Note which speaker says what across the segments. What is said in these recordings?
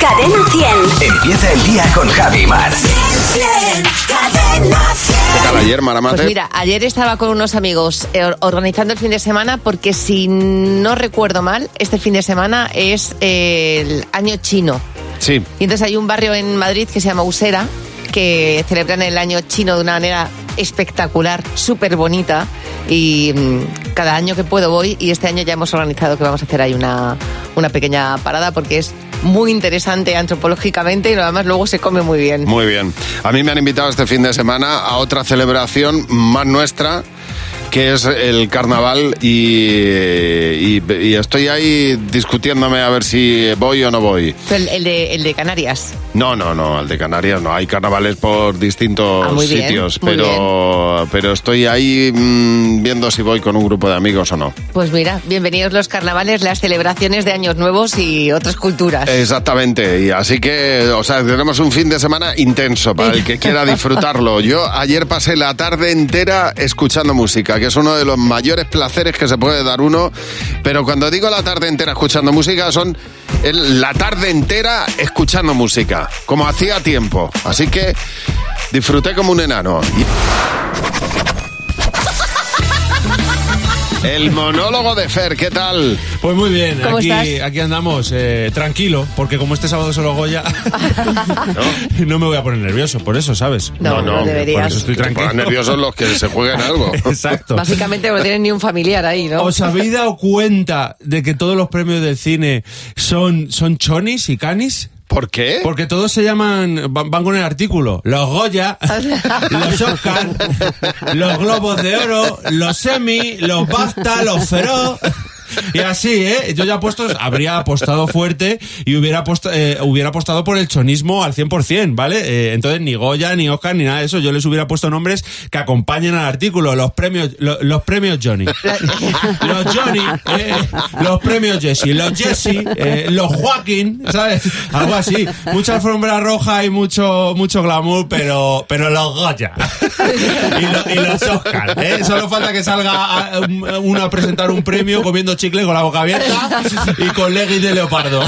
Speaker 1: Cadena 100.
Speaker 2: Empieza el día con Javi Mar.
Speaker 1: Cadena 100.
Speaker 3: ¿Qué tal ayer, Maramate?
Speaker 4: Pues mira, ayer estaba con unos amigos eh, or- organizando el fin de semana porque si no recuerdo mal, este fin de semana es eh, el año chino.
Speaker 3: Sí.
Speaker 4: Y entonces hay un barrio en Madrid que se llama Usera, que celebran el año chino de una manera espectacular, súper bonita. Y mm, cada año que puedo voy y este año ya hemos organizado que vamos a hacer ahí una, una pequeña parada porque es muy interesante antropológicamente y además luego se come muy bien.
Speaker 3: Muy bien. A mí me han invitado este fin de semana a otra celebración más nuestra, que es el carnaval, y, y- y estoy ahí discutiéndome a ver si voy o no voy.
Speaker 4: El- el de- el de Canarias.
Speaker 3: No, no, no, al de Canarias no. Hay carnavales por distintos
Speaker 4: Ah, muy bien,
Speaker 3: sitios,
Speaker 4: muy
Speaker 3: pero, pero estoy ahí mm, viendo si voy con un grupo de amigos o no.
Speaker 4: Pues mira, bienvenidos los carnavales, las celebraciones de años nuevos y otras culturas.
Speaker 3: Exactamente, y así que, o sea, tenemos un fin de semana intenso para el que quiera disfrutarlo. Yo ayer pasé la tarde entera escuchando música, que es uno de los mayores placeres que se puede dar uno, pero cuando digo la tarde entera escuchando música, son el- la tarde entera escuchando música, como hacía tiempo. Así que disfruté como un enano. El monólogo de Fer, ¿qué tal?
Speaker 5: Pues muy bien,
Speaker 4: ¿Cómo
Speaker 5: aquí,
Speaker 4: estás?
Speaker 5: aquí andamos, eh, tranquilo, porque como este sábado solo Goya, ¿No? me voy a poner nervioso, por eso, ¿sabes?
Speaker 4: No, no deberías.
Speaker 5: Por eso estoy
Speaker 3: Que te
Speaker 5: tranquilo.
Speaker 3: pongan nerviosos los que se jueguen algo.
Speaker 5: Exacto.
Speaker 4: Básicamente no tienen ni un familiar ahí, ¿no?
Speaker 5: ¿Os habéis dado cuenta de que todos los premios del cine son, son chonis y canis?
Speaker 3: ¿Por qué?
Speaker 5: Porque todos se llaman, van, van con el artículo. Los Goya, los Oscar, los Globos de Oro, los Emmy, los BAFTA, los Feroz. Y así, ¿eh? Yo ya apuesto, habría apostado fuerte y hubiera, aposta- eh, hubiera apostado por el chonismo al 100%, ¿vale? Eh, entonces, ni Goya, ni Oscar, ni nada de eso. Yo les hubiera puesto nombres que acompañen al artículo. Los premios, lo- los premios Johnny. Los Johnny, eh, los premios Jesse, los Jesse, eh, los Joaquín, ¿sabes? Algo así. Mucha alfombra roja y mucho, mucho glamour, pero, pero los Goya. Y, lo- y los Oscar, ¿eh? Solo falta que salga a- un- uno a presentar un premio comiendo chicle con la boca abierta y con leggings de leopardo.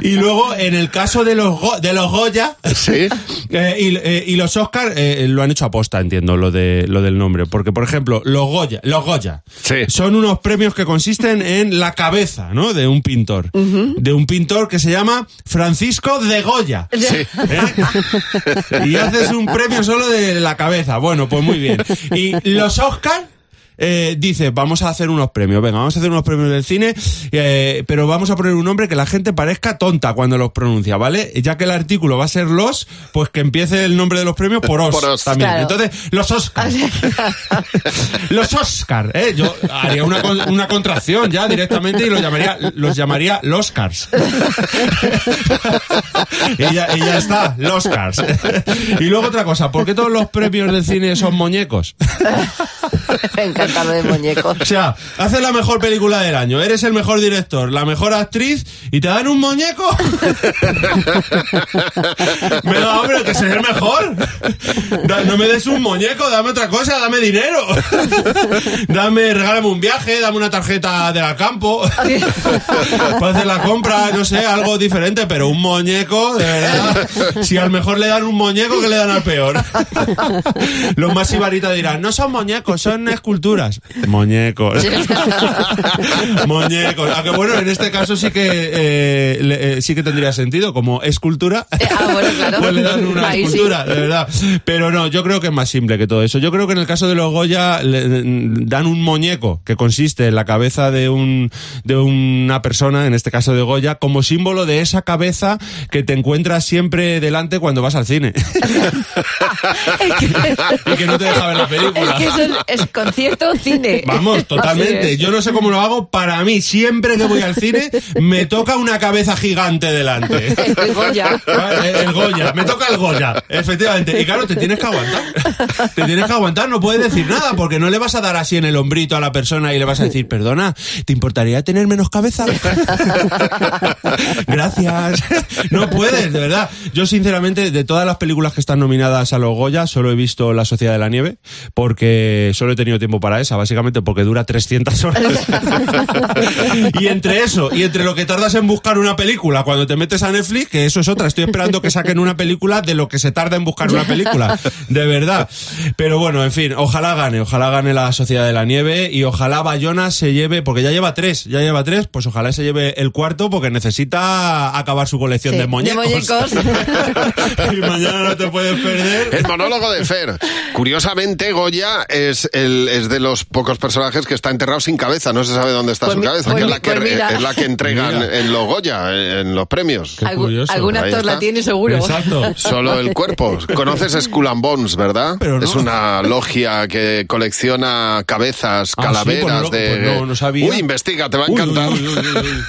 Speaker 5: Y luego, en el caso de los, Go- de los Goya,
Speaker 3: Sí.
Speaker 5: eh, y, eh, y los Oscar eh, lo han hecho aposta, entiendo, lo de lo del nombre. Porque, por ejemplo, los Goya, los Goya
Speaker 3: Sí.
Speaker 5: son unos premios que consisten en la cabeza, ¿no? De un pintor. De un pintor que se llama Francisco de Goya. ¿eh? y haces un premio solo de la cabeza. Bueno, pues muy bien. Y los Oscar. eh, dice, vamos a hacer unos premios, venga, vamos a hacer unos premios del cine, eh, pero vamos a poner un nombre que la gente parezca tonta cuando los pronuncia, ¿vale? Ya que el artículo va a ser los, pues que empiece el nombre de los premios por os,
Speaker 3: Por os.
Speaker 5: también.
Speaker 4: Claro.
Speaker 5: Entonces, los Oscar. Los Oscar, ¿eh? Yo haría una, con- una contracción ya directamente y los llamaría, los llamaría los Cars. y, ya, y ya está, los Cars. y luego otra cosa, ¿por qué todos los premios del cine son muñecos?
Speaker 4: Encantado de muñecos.
Speaker 5: O sea, haces la mejor película del año, eres el mejor director, la mejor actriz y te dan un muñeco. me da hombre, que seré el mejor. Da- no me des un muñeco, dame otra cosa, dame dinero. dame, regálame un viaje, dame una tarjeta del campo. para hacer la compra, no sé, algo diferente, pero un muñeco, de verdad. Si al mejor le dan un muñeco, que le dan al peor. Los más ibaritas dirán, no son muñecos, son esculturas. Muñecos. muñecos. Aunque bueno, en este caso sí que eh, le- eh, sí que tendría sentido, como escultura.
Speaker 4: ah, bueno, claro.
Speaker 5: Pues le dan una
Speaker 4: Ahí sí.
Speaker 5: escultura, de verdad. Pero no, yo creo que es más simple que todo eso. Yo creo que en el caso de los Goya le- dan un muñeco que consiste en la cabeza de un de una persona, en este caso de Goya, como símbolo de esa cabeza que te encuentras siempre delante cuando vas al cine. y que no te deja ver la película.
Speaker 4: Es que eso es, es concierto o cine.
Speaker 5: Vamos,
Speaker 4: Así
Speaker 5: totalmente.
Speaker 4: es.
Speaker 5: Yo no sé cómo lo hago. Para mí, siempre que voy al cine, me toca una cabeza gigante delante.
Speaker 4: El Goya.
Speaker 5: El, Eh, el Goya, me toca el Goya, efectivamente. Y claro, te tienes que aguantar. Te tienes que aguantar, no puedes decir nada, porque no le vas a dar así en el hombrito a la persona y le vas a decir, perdona, ¿te importaría tener menos cabeza? Gracias. No puedes, de verdad. Yo, sinceramente, de todas las películas que están nominadas a los Goya, solo he visto La Sociedad de la Nieve, porque solo he tenido tiempo para para esa, básicamente, porque dura 300 horas. y entre eso, y entre lo que tardas en buscar una película cuando te metes a Netflix, que eso es otra. Estoy esperando que saquen una película de lo que se tarda en buscar una película. De verdad. Pero bueno, en fin, ojalá gane, ojalá gane la Sociedad de la Nieve y ojalá Bayona se lleve, porque ya lleva tres, ya lleva tres, pues ojalá se lleve el cuarto porque necesita acabar su colección
Speaker 4: Sí,
Speaker 5: de muñecos. y mañana no te puedes perder.
Speaker 3: El monólogo de Fer. Curiosamente, Goya es, el, es de los pocos personajes que está enterrado sin cabeza. No se sabe dónde está
Speaker 4: Pues
Speaker 3: su
Speaker 4: mi-
Speaker 3: cabeza,
Speaker 4: pues
Speaker 3: que es
Speaker 4: mi-
Speaker 3: la que,
Speaker 4: pues mira.
Speaker 3: es la que entregan
Speaker 5: Mira.
Speaker 3: en los Goya, en los premios.
Speaker 5: Qué
Speaker 4: Algún,
Speaker 5: curioso.
Speaker 4: algún
Speaker 3: Ahí
Speaker 4: actor
Speaker 3: está.
Speaker 4: la tiene seguro.
Speaker 5: Exacto.
Speaker 3: Solo el cuerpo. Conoces Skull and Bones, ¿verdad?
Speaker 5: Pero no.
Speaker 3: Es una logia que colecciona cabezas,
Speaker 5: Ah, sí, pues
Speaker 3: calaveras
Speaker 5: no,
Speaker 3: de...
Speaker 5: pues no, no sabía.
Speaker 3: Uy, investiga, te va a
Speaker 5: Uy, uy,
Speaker 3: encantar.
Speaker 5: uy, uy, uy, uy.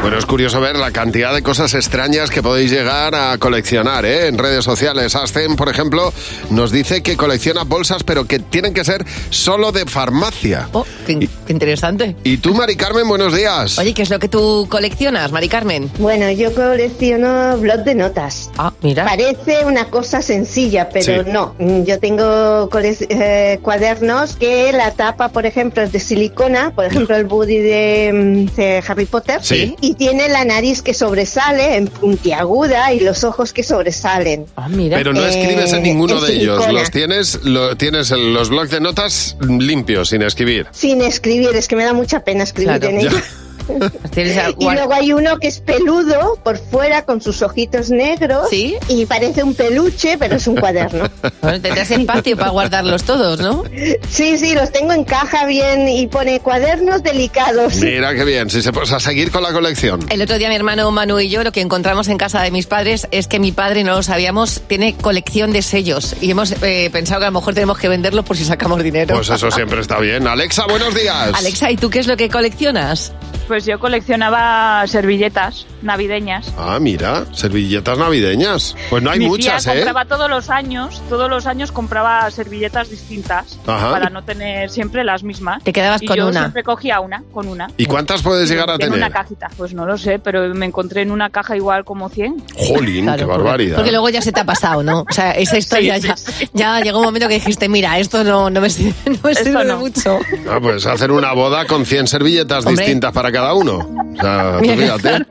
Speaker 3: Bueno, es curioso ver la cantidad de cosas extrañas que podéis llegar a coleccionar ¿eh? en redes sociales. Ascen, por ejemplo, nos dice que colecciona bolsas, pero que tienen que ser solo de farmacia.
Speaker 4: Oh, qué, in- qué interesante.
Speaker 3: Y tú, Mari Carmen, buenos días.
Speaker 4: Oye, ¿qué es lo que tú coleccionas, Mari Carmen?
Speaker 1: Bueno, yo colecciono blog de notas.
Speaker 4: Ah, mira.
Speaker 1: Parece una cosa sencilla, pero
Speaker 3: Sí.
Speaker 1: no. Mm, Yo tengo colec- eh, cuadernos que la tapa, por ejemplo, es de silicona,
Speaker 4: Mm.
Speaker 1: por ejemplo, el Buddy de, mm, de Harry Potter,
Speaker 3: Sí.
Speaker 1: y tiene la nariz que sobresale en puntiaguda y los ojos que sobresalen.
Speaker 4: Ah, mira.
Speaker 3: Pero no
Speaker 1: eh,
Speaker 3: escribes en ninguno
Speaker 1: en
Speaker 3: de ellos.
Speaker 1: silicona.
Speaker 3: Los tienes, lo, tienes en los blogs de notas limpios, sin escribir.
Speaker 1: Sin escribir, es que me da mucha pena escribir
Speaker 4: Claro.
Speaker 1: en
Speaker 3: Ya.
Speaker 1: ellos.
Speaker 4: Tienes a-
Speaker 1: Y luego hay uno que es peludo por fuera con sus ojitos negros
Speaker 4: ¿Sí?
Speaker 1: y parece un peluche, pero es un cuaderno.
Speaker 4: Bueno, tendrás espacio para guardarlos todos, ¿no?
Speaker 1: Sí, sí, los tengo en caja bien y pone cuadernos delicados.
Speaker 3: Mira qué bien, si se pues a seguir con la colección.
Speaker 4: El otro día mi hermano Manu y yo lo que encontramos en casa de mis padres es que mi padre, no lo sabíamos, tiene colección de sellos y hemos eh, pensado que a lo mejor tenemos que venderlos por si sacamos dinero.
Speaker 3: Pues eso siempre está bien. Alexa, buenos días.
Speaker 4: Alexa, ¿y tú qué es lo que coleccionas?
Speaker 6: Pues yo coleccionaba servilletas navideñas.
Speaker 3: Ah, mira, servilletas navideñas. Pues no hay
Speaker 6: Mi
Speaker 3: muchas,
Speaker 6: tía
Speaker 3: ¿eh?
Speaker 6: compraba todos los años, todos los años compraba servilletas distintas
Speaker 3: Ajá.
Speaker 6: para no tener siempre las mismas.
Speaker 4: Te quedabas
Speaker 6: y
Speaker 4: con
Speaker 6: yo
Speaker 4: una.
Speaker 6: siempre cogía una, con una.
Speaker 3: ¿Y cuántas puedes llegar a
Speaker 6: en
Speaker 3: tener?
Speaker 6: una cajita, pues no lo sé, pero me encontré en una caja igual como 100.
Speaker 3: Jolín,
Speaker 4: Claro, porque-
Speaker 3: qué barbaridad.
Speaker 4: Porque luego ya se te ha pasado, ¿no? O sea, esa historia
Speaker 6: Sí,
Speaker 4: ya,
Speaker 6: sí, sí.
Speaker 4: ya llegó un momento que dijiste, mira, esto no, no me, sir- no me
Speaker 6: Esto
Speaker 4: sirve de
Speaker 6: no.
Speaker 4: mucho.
Speaker 3: Ah, pues hacer una boda con 100 servilletas
Speaker 4: Hombre.
Speaker 3: distintas para cada uno. O sea, tú
Speaker 4: Mira,
Speaker 3: fíjate.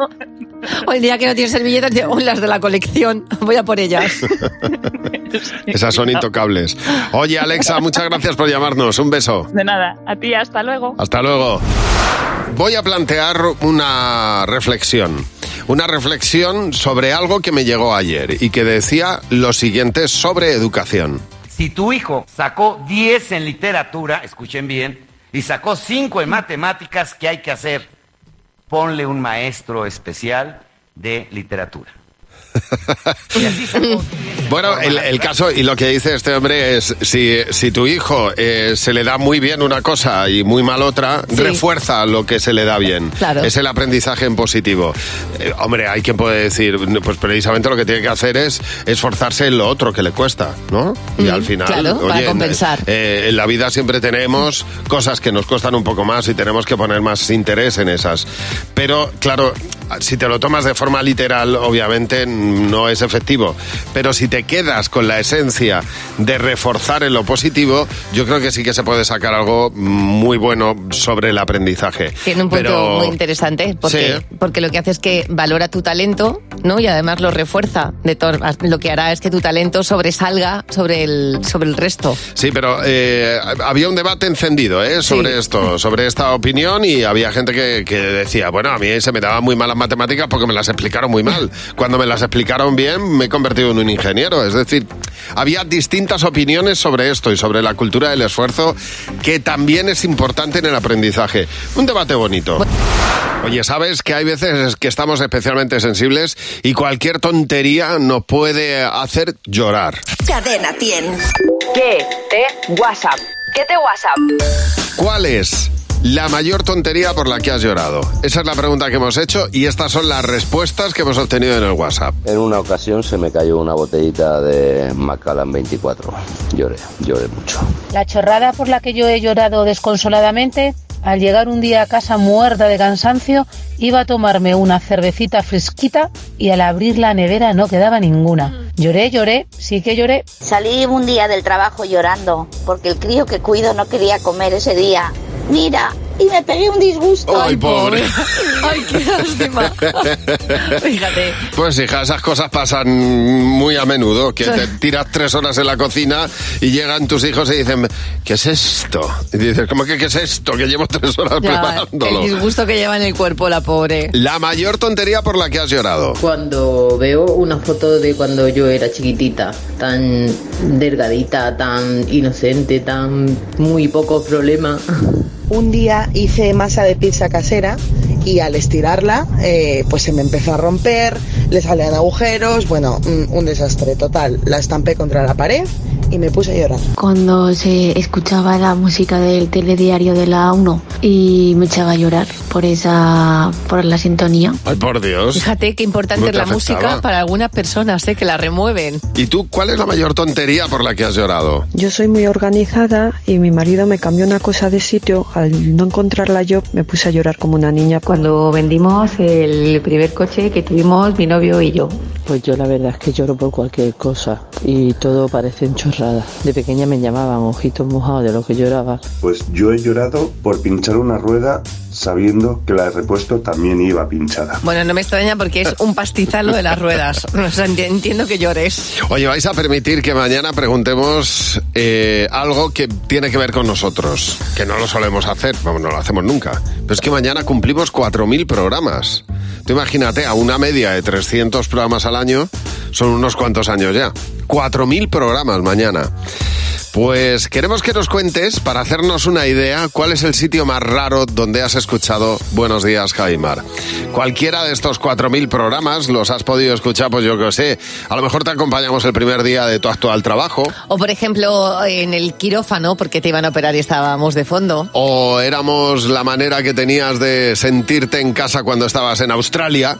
Speaker 4: O el día que no tienes servilletas, dices, "Oh, las de la colección, voy a por ellas.
Speaker 3: Esas son intocables. Oye, Alexa, muchas gracias por llamarnos. Un beso.
Speaker 6: De nada, a ti hasta luego.
Speaker 3: Hasta luego. Voy a plantear una reflexión. Una reflexión sobre algo que me llegó ayer y que decía lo siguiente sobre educación.
Speaker 7: Si tu hijo sacó 10 en literatura, escuchen bien, y sacó 5 en matemáticas, ¿qué hay que hacer? Ponle un maestro especial de literatura. Y así sacó 10 en
Speaker 3: Bueno, el, el caso y lo que dice este hombre es, si, si tu hijo eh, se le da muy bien una cosa y muy mal otra,
Speaker 4: Sí.
Speaker 3: refuerza lo que se le da bien.
Speaker 4: Claro.
Speaker 3: Es el aprendizaje en positivo. Eh, hombre, hay quien puede decir, "No, pues precisamente lo que tiene que hacer es esforzarse en lo otro que le cuesta, ¿no? Y
Speaker 4: Mm,
Speaker 3: al final,
Speaker 4: claro, para
Speaker 3: oye, en-
Speaker 4: compensar.
Speaker 3: eh, en la vida siempre tenemos cosas que nos cuestan un poco más y tenemos que poner más interés en esas. Pero, claro, si te lo tomas de forma literal, obviamente no es efectivo. Pero si te quedas con la esencia de reforzar en lo positivo, yo creo que sí que se puede sacar algo muy bueno sobre el aprendizaje.
Speaker 4: Tiene un punto
Speaker 3: Pero-
Speaker 4: muy interesante, porque,
Speaker 3: Sí.
Speaker 4: porque lo que hace es que valora tu talento, ¿no? Y además lo refuerza. De tor- lo que hará es que tu talento sobresalga sobre el, sobre el resto.
Speaker 3: Sí, pero eh, había un debate encendido ¿eh? sobre
Speaker 4: Sí.
Speaker 3: esto, sobre esta opinión y había gente que, que decía, bueno, a mí se me daban muy mal las matemáticas porque me las explicaron muy mal. Cuando me las explicaron bien, me he convertido en un ingeniero. Es decir, había distintas opiniones sobre esto y sobre la cultura del esfuerzo que también es importante en el aprendizaje. Un debate bonito. Oye, sabes que hay veces que estamos especialmente sensibles y cualquier tontería nos puede hacer llorar.
Speaker 8: Cadena 100.
Speaker 9: ¿Qué te WhatsApp? ¿Qué te WhatsApp?
Speaker 3: ¿Cuál es la mayor tontería por la que has llorado? Esa es la pregunta que hemos hecho y estas son las respuestas que hemos obtenido en el WhatsApp.
Speaker 10: En una ocasión se me cayó una botellita de Macallan 24. Lloré, lloré mucho.
Speaker 11: La chorrada por la que yo he llorado desconsoladamente, al llegar un día a casa muerta de cansancio, iba a tomarme una cervecita fresquita y al abrir la nevera no quedaba ninguna. Lloré, lloré, sí que lloré.
Speaker 8: Salí un día del trabajo llorando porque el crío que cuido no quería comer ese día. Mira, y me pegué un disgusto.
Speaker 3: ¡Ay, pobre!
Speaker 8: ¡Ay, qué lástima!
Speaker 4: Fíjate.
Speaker 3: Pues hija, esas cosas pasan muy a menudo, que
Speaker 4: Sí.
Speaker 3: te tiras tres horas en la cocina y llegan tus hijos y dicen, ¿qué es esto? Y dices, ¿cómo que qué es esto? Que llevo tres horas
Speaker 4: Ya, el
Speaker 3: preparándolo.
Speaker 4: disgusto que lleva en el cuerpo la pobre.
Speaker 3: La mayor tontería por la que has llorado.
Speaker 12: Cuando veo una foto de cuando yo era chiquitita, tan delgadita, tan inocente, tan muy pocos problemas.
Speaker 13: Un día hice masa de pizza casera y al estirarla, eh, pues se me empezó a romper, le salían agujeros, bueno, mm, un desastre total. La estampé contra la pared y me puse a llorar.
Speaker 14: Cuando se escuchaba la música del telediario de la 1 y me echaba a llorar por esa por la sintonía.
Speaker 3: Ay, por Dios.
Speaker 4: Fíjate qué
Speaker 3: ¿No
Speaker 4: importante es
Speaker 3: te
Speaker 4: la
Speaker 3: afectaba?
Speaker 4: música para algunas personas, ¿eh? que la remueven.
Speaker 3: ¿Y tú cuál es la mayor tontería por la que has llorado?
Speaker 15: Yo soy muy organizada y mi marido me cambió una cosa de sitio. Al no encontrarla yo me puse a llorar como una niña.
Speaker 16: Cuando vendimos el primer coche que tuvimos mi novio y yo.
Speaker 12: Pues yo la verdad es que lloro por cualquier cosa y todo parece chorradas. De pequeña me llamaban ojitos mojados de lo que lloraba.
Speaker 17: Pues yo he llorado por pinchar una rueda sabiendo que la de repuesto también iba pinchada.
Speaker 4: Bueno, no me extraña porque es un pastizal lo de las ruedas. O sea, enti- entiendo que llores.
Speaker 3: Oye, vais a permitir que mañana preguntemos eh, algo que tiene que ver con nosotros, que no lo solemos hacer, vamos, no lo hacemos nunca. Pero es que mañana cumplimos 4.000 programas. Tú imagínate, a una media de 300 programas al año, son unos cuantos años ya. 4.000 programas mañana. Pues queremos que nos cuentes, para hacernos una idea, cuál es el sitio más raro donde has escuchado Buenos Días, Javimar. Cualquiera de estos 4.000 programas los has podido escuchar, pues yo que sé. A lo mejor te acompañamos el primer día de tu actual trabajo.
Speaker 4: O por ejemplo, en el quirófano, porque te iban a operar y estábamos de fondo.
Speaker 3: O éramos la manera que tenías de sentirte en casa cuando estabas en Australia.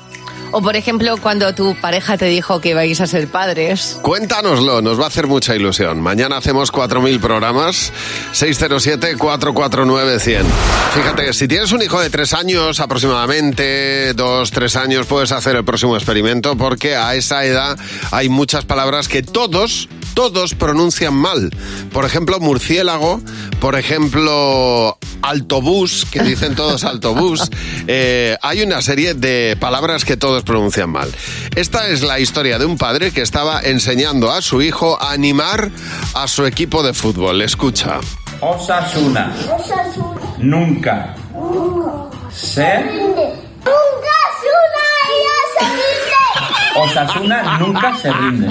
Speaker 4: O por ejemplo, cuando tu pareja te dijo que vais a ser padres.
Speaker 3: Cuéntanoslo, nos va a hacer mucha ilusión. Mañana hacemos 4.000 programas, 607-449-100. Fíjate, si tienes un hijo de 3 años aproximadamente, 2, 3 años, puedes hacer el próximo experimento porque a esa edad hay muchas palabras que todos, todos pronuncian mal. Por ejemplo, murciélago, por ejemplo, autobús, que dicen todos autobús. Eh, hay una serie de palabras que todos pronuncian mal. Esta es la historia de un padre que estaba enseñando a su hijo a animar a su equipo de fútbol. Escucha.
Speaker 18: Osasuna. Nunca. Se. Osasuna nunca se rinde.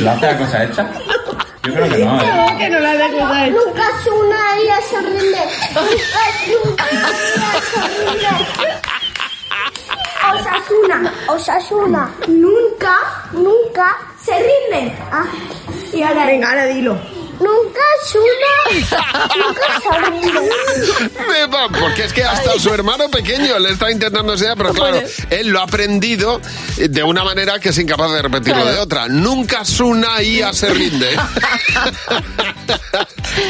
Speaker 18: ¿La hace la cosa hecha? Yo creo que no. ¿eh?
Speaker 19: que no la de cosa Nunca es una y se rinde. Nunca es una y se rinde. Osasuna, Osasuna, nunca, nunca se rinde. Ah, y ahora. Venga, ahora dilo. Nunca es una, nunca se rinde.
Speaker 3: Me va, Porque es que hasta su hermano pequeño le está intentando enseñar, pero claro, él lo ha aprendido de una manera que es incapaz de repetirlo de otra. Nunca una IA se rinde.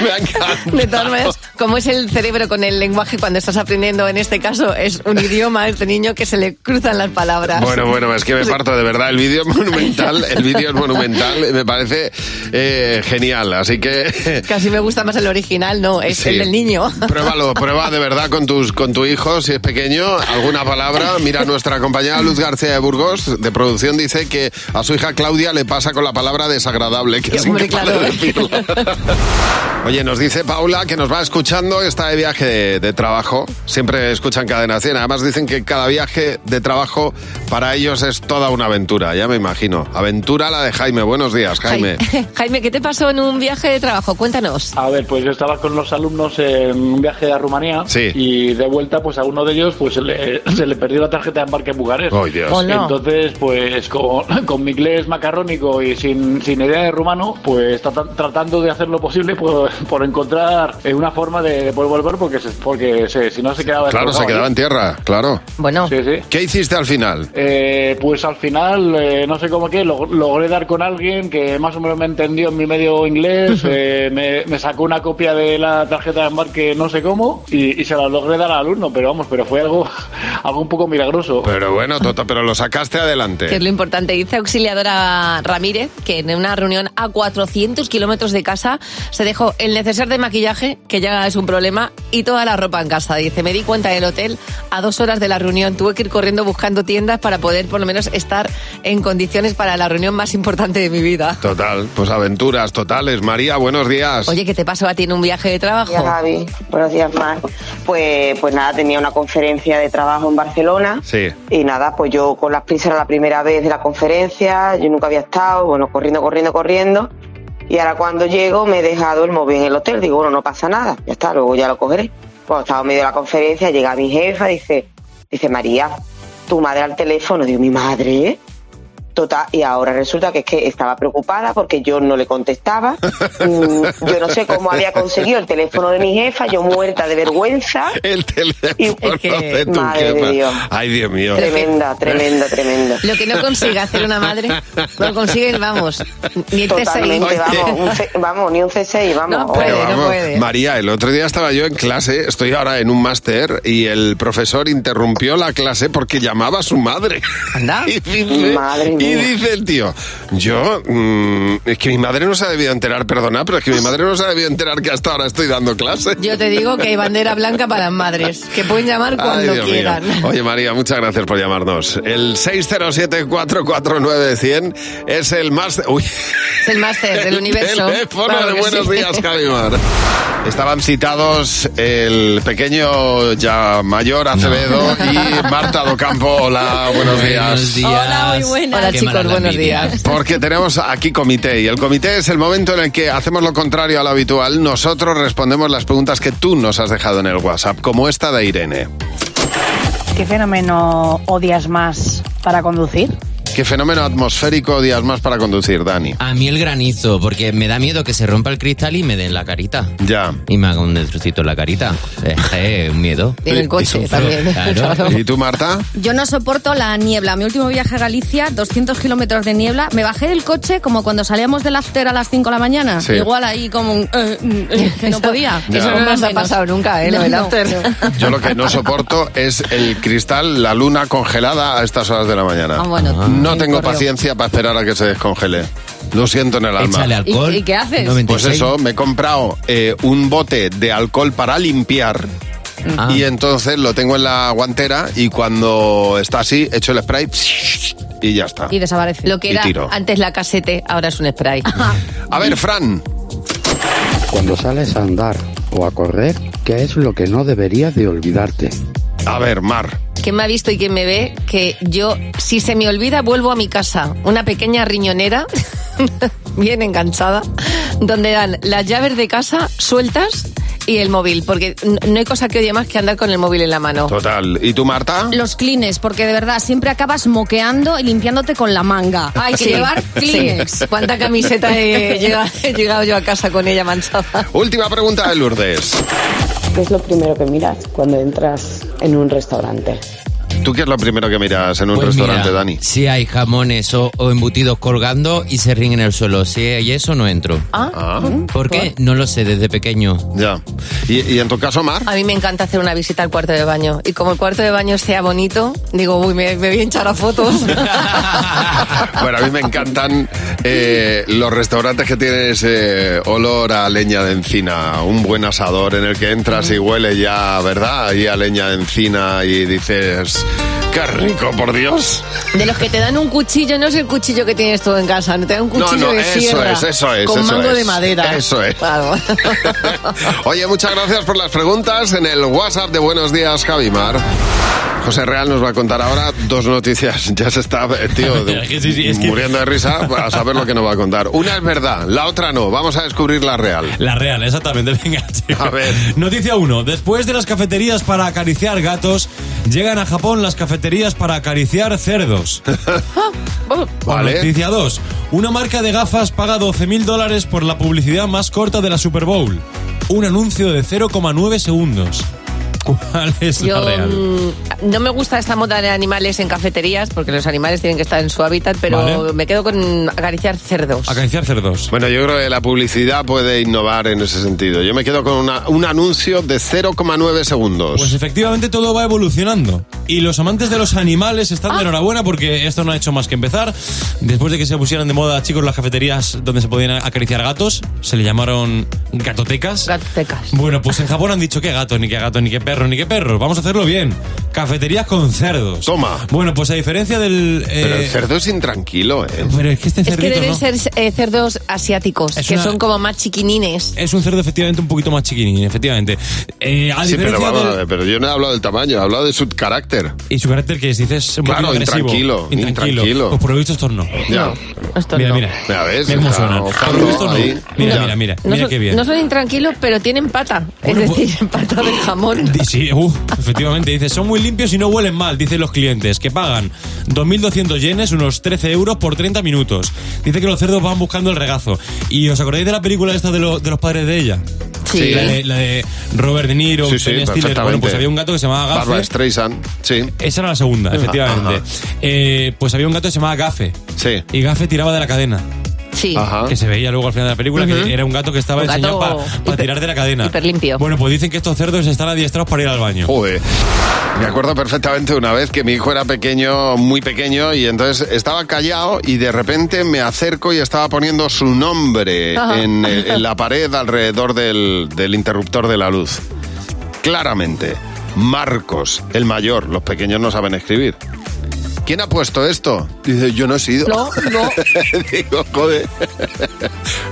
Speaker 3: Me ha encantado.
Speaker 4: De todas maneras, como es el cerebro con el lenguaje cuando estás aprendiendo, en este caso es un idioma, este niño que se le cruzan las palabras.
Speaker 3: Bueno, bueno, es que me parto de verdad. El vídeo es monumental. El vídeo es monumental. Me parece eh, genial. Así que
Speaker 4: Casi me gusta más el original, no, es
Speaker 3: Sí.
Speaker 4: el del niño.
Speaker 3: pruébalo, prueba de verdad con, tus, con tu hijo, si es pequeño, alguna palabra. Mira, nuestra compañera Luz García de Burgos, de producción, dice que a su hija Claudia le pasa con la palabra desagradable, que es
Speaker 4: Hombre,
Speaker 3: incapaz
Speaker 4: claro.
Speaker 3: de decirlo. Oye, nos dice Paula que nos va escuchando, está de viaje de, de trabajo, siempre escuchan Cadena 100, además dicen que cada viaje de trabajo para ellos es toda una aventura, ya me imagino. Aventura la de Jaime, buenos días Jaime.
Speaker 4: Jaime, ¿qué te pasó en un viaje de trabajo? Cuéntanos.
Speaker 20: A ver, pues yo estaba con los alumnos en un viaje a Rumanía y de vuelta pues a uno de ellos pues se le, se le perdió la tarjeta de embarque en Bucarest.
Speaker 3: Ay, Dios. Oh, no.
Speaker 20: Entonces pues con, con mi inglés macarrónico y sin, sin idea de rumano pues tratan- tratando de hacer lo posible por, por encontrar eh, una forma de, de poder volver porque, se- porque se- si no se quedaba
Speaker 3: Claro, se
Speaker 20: destrozado,
Speaker 3: quedaba
Speaker 20: ¿sí?
Speaker 3: en tierra, claro.
Speaker 4: Bueno.
Speaker 3: ¿Qué hiciste al final?
Speaker 20: Eh, pues al final, eh, no sé cómo que, log- logré dar con alguien que más o menos me entendió en mi medio inglés, eh, me, me sacó una copia de la tarjeta de embarque no sé cómo y, y se la logré dar al alumno, pero vamos, pero fue algo algo un poco milagroso.
Speaker 3: Pero bueno, Tota, pero lo sacaste
Speaker 4: Que es
Speaker 3: adelante.
Speaker 4: lo importante. Dice auxiliadora Ramírez que en una reunión a 400 kilómetros de casa se dejó el neceser de maquillaje, que ya es un problema, y toda la ropa en casa. Dice, me di cuenta del hotel a dos horas de la reunión. Tuve que ir corriendo buscando tiendas para poder por lo menos estar en condiciones para la reunión más importante de mi vida.
Speaker 3: Total, pues aventuras totales. María, buenos días.
Speaker 4: Oye, ¿qué te pasó a ti en un viaje de trabajo?
Speaker 21: Buenos días, Gaby. Buenos días, Mar. Pues, pues nada, tenía una conferencia de trabajo en Barcelona.
Speaker 3: Sí.
Speaker 21: Y nada, pues yo con las prisas era la primera vez de la conferencia, yo nunca había estado, bueno, corriendo, corriendo, corriendo. Y ahora cuando llego me he dejado el móvil en el hotel, digo, bueno, no pasa nada, ya está, luego ya lo cogeré. Cuando estaba en medio de la conferencia, llega mi jefa, dice, dice, María, tu madre al teléfono, digo, mi madre, Total, y ahora resulta que es que estaba preocupada porque yo no le contestaba. Mm, yo no sé cómo había conseguido el teléfono de mi jefa, yo muerta de vergüenza.
Speaker 3: El teléfono de tu
Speaker 21: Madre
Speaker 3: jefa.
Speaker 21: de Dios.
Speaker 3: Ay, Dios mío.
Speaker 21: Tremenda, tremenda, tremenda.
Speaker 4: Lo que no consigue hacer una madre, no lo consiguen, vamos. Ni el
Speaker 21: Totalmente,
Speaker 4: T6.
Speaker 21: vamos, un C- vamos, ni un C6, vamos.
Speaker 3: Pero vamos, María, el otro día estaba yo en clase, estoy ahora en un máster y el profesor interrumpió la clase porque llamaba a su madre. Y dice,
Speaker 21: Madre
Speaker 3: y
Speaker 21: mía.
Speaker 3: dice el tío, yo, mm, es que mi madre no se ha debido enterar, perdona, pero es que mi madre no se ha debido enterar que hasta ahora estoy dando clase.
Speaker 4: Yo te digo que hay bandera blanca para las madres, que pueden llamar
Speaker 3: Ay,
Speaker 4: cuando
Speaker 3: Dios mío.
Speaker 4: quieran.
Speaker 3: Oye, María, muchas gracias por llamarnos. El 607-449-100 es el máster... Uy.
Speaker 4: Es el máster del universo.
Speaker 3: Teléfono
Speaker 4: Claro
Speaker 3: de
Speaker 4: que
Speaker 3: Buenos
Speaker 4: sí.
Speaker 3: Días, Cabimar. Estaban citados el pequeño ya mayor Acevedo y Marta Docampo. Hola, buenos días.
Speaker 4: Hola, muy buenas. Hola, chicos, buenos días.
Speaker 3: Porque tenemos aquí comité y el comité es el momento en el que hacemos lo contrario a lo habitual. Nosotros respondemos las preguntas que tú nos has dejado en el WhatsApp, como esta de Irene.
Speaker 22: ¿Qué fenómeno odias más para conducir?
Speaker 3: ¿Qué fenómeno atmosférico días más para conducir, Dani?
Speaker 23: A mí el granizo, porque me da miedo que se rompa el cristal y me den la carita.
Speaker 3: Ya.
Speaker 23: Y me haga un destrucito en la carita. Es que es un miedo.
Speaker 24: Y en el coche también. ¿eh?
Speaker 23: Claro.
Speaker 3: ¿Y tú, Marta?
Speaker 24: Yo no soporto la niebla. Mi último viaje a Galicia, 200 kilómetros de niebla. Me bajé del coche como cuando salíamos del after a las 5 de la mañana.
Speaker 23: Sí.
Speaker 24: Igual ahí como un... eh, mm, eh, que no podía.
Speaker 3: Ya. Eso no
Speaker 24: Más
Speaker 4: nos
Speaker 24: o
Speaker 4: ha
Speaker 24: menos.
Speaker 4: pasado nunca, ¿eh? Lo del after.
Speaker 3: Yo lo que no soporto es el cristal, la luna congelada a estas horas de la mañana.
Speaker 24: Ah, bueno, tú,
Speaker 3: no
Speaker 24: el
Speaker 3: tengo
Speaker 24: correo.
Speaker 3: paciencia para esperar a que se descongele. Lo siento en el alma.
Speaker 23: Échale
Speaker 24: ¿Y, y qué haces?
Speaker 3: Pues eso, me he comprado eh, un bote de alcohol para limpiar.
Speaker 23: Ah.
Speaker 3: Y entonces lo tengo en la guantera y cuando está así, echo el spray y ya está.
Speaker 24: Y desaparece.
Speaker 4: Lo que
Speaker 3: Y
Speaker 4: era
Speaker 3: tiro.
Speaker 4: antes la casete, ahora es un spray.
Speaker 3: A ver, Fran.
Speaker 25: Cuando sales a andar o a correr, ¿qué es lo que no deberías de olvidarte?
Speaker 3: A ver, Mar.
Speaker 4: ¿Quién me ha visto y quién me ve? Que yo, si se me olvida, vuelvo a mi casa. Una pequeña riñonera, bien enganchada, donde dan las llaves de casa sueltas y el móvil. Porque n- no hay cosa que odie más que andar con el móvil en la mano.
Speaker 3: Total. ¿Y tú, Marta?
Speaker 24: Los clines, porque de verdad siempre acabas moqueando y limpiándote con la manga. Hay que
Speaker 4: Sí.
Speaker 24: llevar Kleenex.
Speaker 4: Sí. ¿Cuánta camiseta he llegado, he llegado yo a casa con ella manchada?
Speaker 3: Última pregunta de Lourdes.
Speaker 26: ¿Qué es lo primero que miras cuando entras en un restaurante?
Speaker 3: ¿Tú qué es lo primero que miras en un
Speaker 23: Pues
Speaker 3: restaurante,
Speaker 23: mira,
Speaker 3: Dani?
Speaker 23: Si hay jamones o, o embutidos colgando y se ríen en el suelo. Si hay eso, no entro.
Speaker 24: Ah.
Speaker 23: ¿Por
Speaker 24: Pues
Speaker 23: qué? No lo sé, desde pequeño.
Speaker 3: Ah. Ya. ¿Y, y en tu caso, Mar?
Speaker 4: A mí me encanta hacer una visita al cuarto de baño. Y como el cuarto de baño sea bonito, digo, uy, me, me voy a hinchar a fotos.
Speaker 3: Bueno, a mí me encantan eh, los restaurantes que tienen ese olor a leña de encina, un buen asador en el que entras y huele ya, ¿verdad? Y a leña de encina y dices, qué rico, por Dios.
Speaker 4: De los que te dan un cuchillo, no es el cuchillo que tienes tú en casa, no te dan un
Speaker 3: No,
Speaker 4: cuchillo
Speaker 3: no,
Speaker 4: de
Speaker 3: eso
Speaker 4: sierra
Speaker 3: es, eso es,
Speaker 4: Con
Speaker 3: eso
Speaker 4: mango
Speaker 3: es.
Speaker 4: de madera.
Speaker 3: Eso es.
Speaker 4: Claro.
Speaker 3: Oye, muchas gracias por las preguntas en el WhatsApp de Buenos Días, Javimar. José Real nos va a contar ahora dos noticias. Ya se está, eh, tío, de-
Speaker 5: Que sí, sí, es que-
Speaker 3: muriendo de risa a saber lo que nos va a contar. Una es verdad, la otra no. Vamos a descubrir la real.
Speaker 5: La real, exactamente. Venga,
Speaker 3: A ver.
Speaker 5: Noticia 1. Después de las cafeterías para acariciar gatos, llegan a Japón las cafeterías para acariciar cerdos.
Speaker 3: Vale.
Speaker 5: Noticia 2. Una marca de gafas paga 12.000 dólares por la publicidad más corta de la Super Bowl. Un anuncio de 0,9 segundos. ¿Cuál es
Speaker 4: Yo
Speaker 5: la real?
Speaker 4: mm, no me gusta esta moda de animales en cafeterías porque los animales tienen que estar en su hábitat, pero
Speaker 3: Vale.
Speaker 4: me quedo con acariciar cerdos.
Speaker 5: Acariciar cerdos.
Speaker 3: Bueno, yo creo que la publicidad puede innovar en ese sentido. Yo me quedo con una- un anuncio de 0,9 segundos.
Speaker 24: Pues
Speaker 5: Pues efectivamente todo va evolucionando.
Speaker 24: Y los amantes de los animales están de enhorabuena porque esto no ha hecho más que empezar. Después de que se pusieran de moda, chicos, las cafeterías donde se podían acariciar gatos, se le llamaron gatotecas.
Speaker 4: Gatotecas.
Speaker 24: Bueno, pues en Japón han dicho que gato, ni que gato, ni que perro, ni que perro. Vamos a hacerlo bien. Cafeterías con cerdos. Toma. Bueno, pues a diferencia del...
Speaker 3: Pero el
Speaker 24: eh,
Speaker 3: cerdo es intranquilo, ¿eh?
Speaker 24: Pero es que este
Speaker 4: Es que
Speaker 24: cerdito,
Speaker 4: deben
Speaker 24: ¿no?
Speaker 4: ser eh, cerdos asiáticos,
Speaker 24: Es
Speaker 4: que
Speaker 24: una-
Speaker 4: son como más chiquinines.
Speaker 24: Es un cerdo efectivamente un poquito más chiquinín, efectivamente. Eh, a
Speaker 3: Sí, pero,
Speaker 24: diferencia
Speaker 3: vamos a
Speaker 24: del-
Speaker 3: ver, pero yo no he hablado del tamaño, he hablado de su carácter.
Speaker 24: Y su carácter que dices un
Speaker 3: Claro,
Speaker 24: poquito agresivo.
Speaker 3: intranquilo, intranquilo.
Speaker 24: Pues por lo visto estos no.
Speaker 3: Ya.
Speaker 24: mira, mira.
Speaker 3: Mira, ¿ves?
Speaker 24: Mira cómo
Speaker 3: Está
Speaker 24: suenan.
Speaker 3: Gonzalo
Speaker 24: Por lo visto no.
Speaker 3: ahí.
Speaker 24: Mira,
Speaker 3: Ya.
Speaker 24: mira, mira.
Speaker 4: No,
Speaker 24: mira
Speaker 4: son,
Speaker 24: qué bien.
Speaker 4: no son intranquilos, pero tienen pata. es decir, pata de jamón.
Speaker 24: Di- Sí, uh, efectivamente. Dice, son muy limpios y no huelen mal, dicen los clientes, que pagan 2.200 yenes, unos 13 euros por 30 minutos. Dice que los cerdos van buscando el regazo. ¿Y os acordáis de la película esta de, lo- de los padres de ella?
Speaker 3: Sí.
Speaker 24: La de, la de Robert De Niro,
Speaker 3: Sí, sí,
Speaker 24: Antonia Stiller.
Speaker 3: perfectamente.
Speaker 24: Bueno, pues había un gato que se llamaba Gaffer.
Speaker 3: Barbra Streisand, sí.
Speaker 24: Esa era la segunda,
Speaker 3: Ajá.
Speaker 24: efectivamente. Eh, pues había un gato que se llamaba Gafe.
Speaker 3: Sí.
Speaker 24: Y Gafe tiraba de la cadena.
Speaker 4: Sí.
Speaker 24: Que se veía luego al final de la película,
Speaker 4: Ujú.
Speaker 24: que era un gato que estaba
Speaker 4: Un gato
Speaker 24: diseñado para tirar de la cadena.
Speaker 4: Hiperlimpio.
Speaker 24: Bueno, pues dicen que estos cerdos están adiestrados para ir al baño.
Speaker 3: Joder. Me acuerdo perfectamente una vez que mi hijo era pequeño, muy pequeño, y entonces estaba callado y de repente me acerco y estaba poniendo su nombre
Speaker 7: Ajá.
Speaker 3: en, el- en la pared alrededor del, del interruptor de la luz. Claramente, Marcos, el mayor, los pequeños no saben escribir. ¿Quién ha puesto esto? Dice, yo no he sido.
Speaker 7: No, no.
Speaker 3: Digo, joder.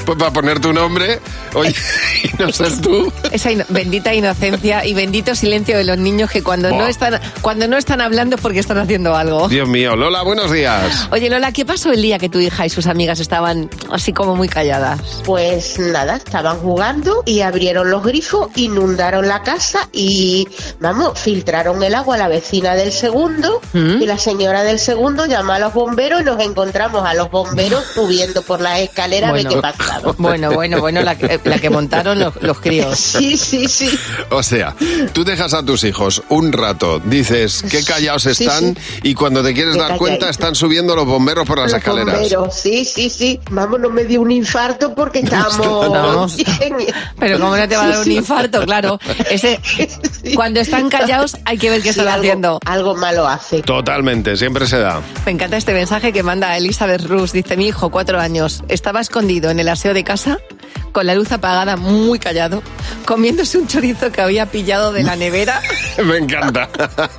Speaker 3: Pues para poner tu nombre, oye, y no ser tú.
Speaker 4: Esa ino- bendita inocencia y bendito silencio de los niños que cuando no
Speaker 3: Buah.
Speaker 4: están cuando no están hablando es porque están haciendo algo.
Speaker 3: Dios mío, Lola, buenos días.
Speaker 4: Oye Lola, ¿qué pasó el día que tu hija y sus amigas estaban así como muy calladas?
Speaker 21: Pues nada, estaban jugando y abrieron los grifos, inundaron la casa y, vamos, filtraron el agua a la vecina del segundo
Speaker 4: Mm.
Speaker 21: y la señora del segundo llamó a los bomberos y nos encontramos a los bomberos subiendo por las escaleras a ver qué pasaba.
Speaker 4: bueno, bueno, bueno, la, que- la que montaron los, los críos.
Speaker 21: Sí, sí, sí.
Speaker 3: O sea, tú dejas a tus hijos un rato, dices qué callados
Speaker 21: Sí,
Speaker 3: están y cuando te quieres
Speaker 21: Qué
Speaker 3: dar cuenta
Speaker 21: calladito.
Speaker 3: están subiendo los bomberos por las
Speaker 21: Los
Speaker 3: escaleras.
Speaker 21: bomberos, sí, sí, sí. Vamos, no me dio un infarto porque
Speaker 4: Estábamos.
Speaker 21: estábamos...
Speaker 4: Pero como no te va a dar
Speaker 21: Sí,
Speaker 4: un
Speaker 21: sí.
Speaker 4: infarto, claro. Ese, cuando están callados hay que ver qué están haciendo.
Speaker 21: Algo malo hace.
Speaker 3: Totalmente, siempre se da.
Speaker 4: Me encanta este mensaje que manda Elizabeth Rus. Dice, mi hijo, cuatro años, estaba escondido en el aseo de casa, con la luz apagada, muy callado, comiéndose un chorizo que había pillado de la nevera.
Speaker 3: Me encanta.